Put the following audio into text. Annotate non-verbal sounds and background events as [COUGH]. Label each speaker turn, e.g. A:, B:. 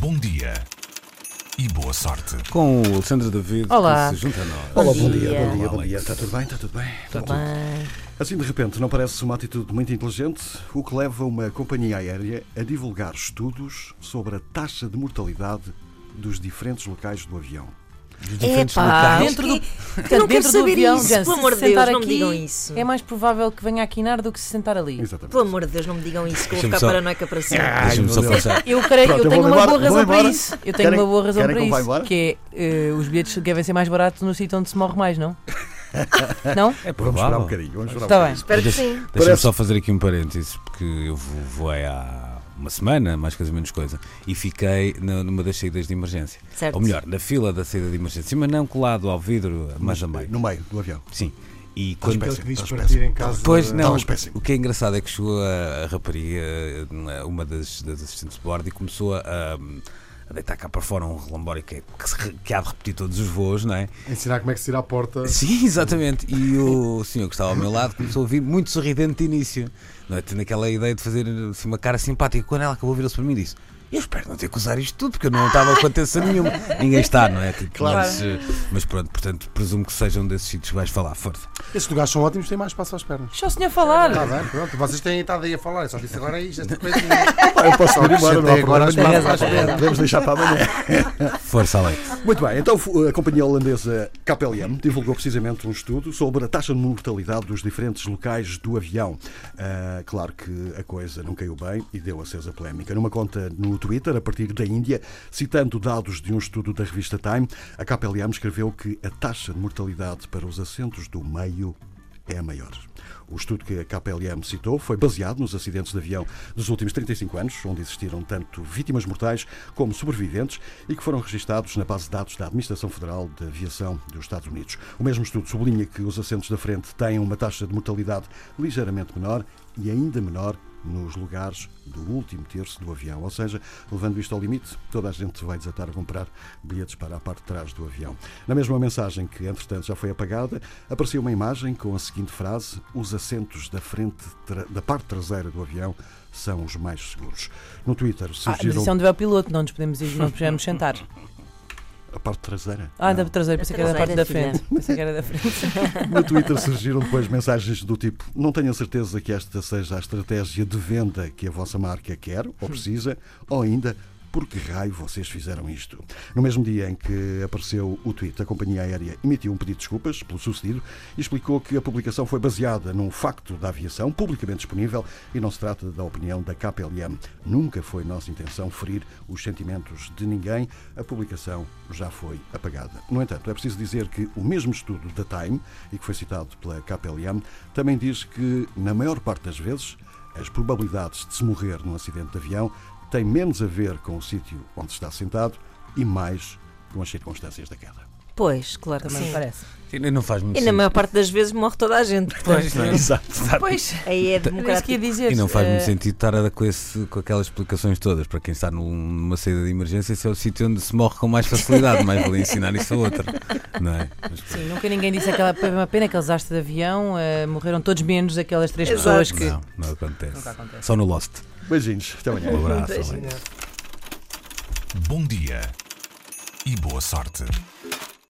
A: bom dia e boa sorte.
B: Com o Alexandre David
C: Olá.
B: que se junta a nós.
C: Olá,
D: Bom
C: Bom
D: dia,
C: dia. Tá
D: bom dia, bom dia. Está tudo bem? Está tudo bem? Bom,
C: Bem,
D: Assim, de repente, não parece uma atitude muito inteligente, o que leva uma companhia aérea a divulgar estudos sobre a taxa de mortalidade dos diferentes locais do avião.
B: Dos diferentes
C: Epá,
B: locais.
C: Ah, dentro do, portanto,
E: Eu não quero
C: dentro do
E: saber
C: avião,
E: isso,
C: Gans,
E: pelo
C: se
E: amor de Deus,
C: sentar
E: não me
C: aqui,
E: digam isso.
C: É mais provável que venha aqui nar do que se sentar ali.
D: Exatamente.
E: Pelo amor de Deus, não me digam isso, que eu vou
B: Deixa-me
E: ficar
B: só-
E: paranoica para sempre.
B: Deixa-me só passar.
C: [LAUGHS] Eu creio,
D: Pronto,
C: eu
D: eu
C: tenho
D: vou-me
C: uma
D: embora,
C: boa razão
D: vou-me
C: para
D: embora.
C: isso. Eu tenho
D: Querem-
C: uma boa razão
D: querem
C: para
D: que eu vá
C: isso.
D: embora?
C: Que é eh, os bilhetes devem ser mais baratos no sítio onde se morre mais,
D: [LAUGHS]
C: não?
B: É
C: Não?
D: Vamos esperar um
B: provável.
D: bocadinho, vamos esperar um
C: Está Tá bem.
E: Espero que sim.
B: Deixa-me
D: Parece-
B: só fazer aqui um parênteses, porque eu vo- voei há uma semana, mais coisa menos coisa, e fiquei na- numa das saídas de emergência.
E: Certo.
B: Ou melhor, na fila da saída de emergência, mas não colado ao vidro, mais a meio.
D: No meio do avião.
B: Sim. E quando,
F: Aquele que diz
D: Estás
F: partir
D: péssimo.
F: em casa.
B: Pois
F: da-
B: não,
D: Estavas péssimo.
B: o que é engraçado é que chegou a, a rapariga, eh, uma das, das assistentes de bordo, e começou a, hum, a deitar cá para fora um relambório que, é- que, se re- que há de repetir todos os voos, não é?
F: Ensinar como é que se tira a porta.
B: Sim, [LAUGHS] exatamente. E o senhor que estava ao meu lado começou a ouvir muito sorridente de início, não é? Tendo aquela ideia de fazer assim, uma cara simpática. Quando ela acabou, virou-se para mim e disse. Eu espero não ter que usar isto tudo, porque eu não estava com atenção nenhuma. Ninguém está, não é? Tipo, mas, eh, mas pronto, portanto, presumo que seja um desses sítios que vais falar. Força.
F: Esses lugares são ótimos, têm mais espaço às pernas.
C: Deixa o senhor falar. Ah,
D: Ah,
F: Está Tá bem, pronto. Vocês têm estado aí a falar, eu só disse agora isto, esta coisa.
D: eu posso ir embora, não é há
F: agora as
D: problema.
F: pernas às pernas.
D: Podemos deixar para amanhã.
B: Força, Alex.
D: Muito bem, então a companhia holandesa KPLM divulgou precisamente um estudo sobre a taxa de mortalidade dos diferentes locais do avião. Ah, claro que a coisa não caiu bem e deu acesa polémica. Numa conta no Twitter, a partir da Índia, citando dados de um estudo da revista Time, a KPLM escreveu que a taxa de mortalidade para os assentos do meio é a maior. O estudo que a KPLM citou foi baseado nos acidentes de avião dos últimos 35 anos, onde existiram tanto vítimas mortais como sobreviventes e que foram registados na base de dados da Administração Federal de Aviação dos Estados Unidos. O mesmo estudo sublinha que os assentos da frente têm uma taxa de mortalidade ligeiramente menor e ainda menor nos lugares do último terço do avião. Ou seja, levando isto ao limite, toda a gente vai desatar a comprar bilhetes para a parte de trás do avião. Na mesma mensagem que, entretanto, já foi apagada, apareceu uma imagem com a seguinte frase: Os assentos da frente tra- da parte traseira do avião são os mais seguros. No Twitter
C: Ah, mas
D: surgiram
C: isso é onde vai o piloto, não nos podemos ir, não nos podemos sentar.
D: a parte traseira.
C: Ah,
D: Não.
C: da traseira, pensei que era da parte da frente. Pensei que era da frente.
D: No Twitter surgiram depois mensagens do tipo: Não tenho a certeza que esta seja a estratégia de venda que a vossa marca quer ou precisa, ou ainda. Por que raio vocês fizeram isto? No mesmo dia em que apareceu o tweet, a companhia aérea emitiu um pedido de desculpas pelo sucedido e explicou que a publicação foi baseada num facto da aviação publicamente disponível e não se trata da opinião da KPLM. Nunca foi nossa intenção ferir os sentimentos de ninguém. A publicação já foi apagada. No entanto, é preciso dizer que o mesmo estudo da Time, e que foi citado pela KPLM, também diz que, na maior parte das vezes, as probabilidades de se morrer num acidente de avião têm menos a ver com o sítio onde se está sentado e mais com as circunstâncias da queda.
E: Pois, claro que
C: Também me
E: sim.
C: parece.
B: Sim, Não faz muito
E: E na
B: sentido.
E: maior parte das vezes morre toda a gente.
B: Pois,
E: Portanto,
B: não é? Exato,
D: Tá.
B: exato.
C: Pois,
E: aí é
C: era isso que ia
E: democrático.
C: dizer.
B: E não faz muito
C: Eh,
B: sentido estar a dar com, esse- com aquelas explicações todas. Para quem está num- numa saída de emergência, esse é o sítio onde se morre com mais facilidade. Mais vale ensinar isso a outra. Não é? Mas pronto.
C: Sim, nunca ninguém disse aquela é uma pena aqueles astros de avião, eh, morreram todos menos aquelas três
E: Exato.
C: pessoas que.
B: Não, não acontece.
C: Nunca acontece.
B: Só no Lost.
D: Beijinhos, até amanhã.
B: Um abraço. Alex.
A: Bom dia e boa sorte.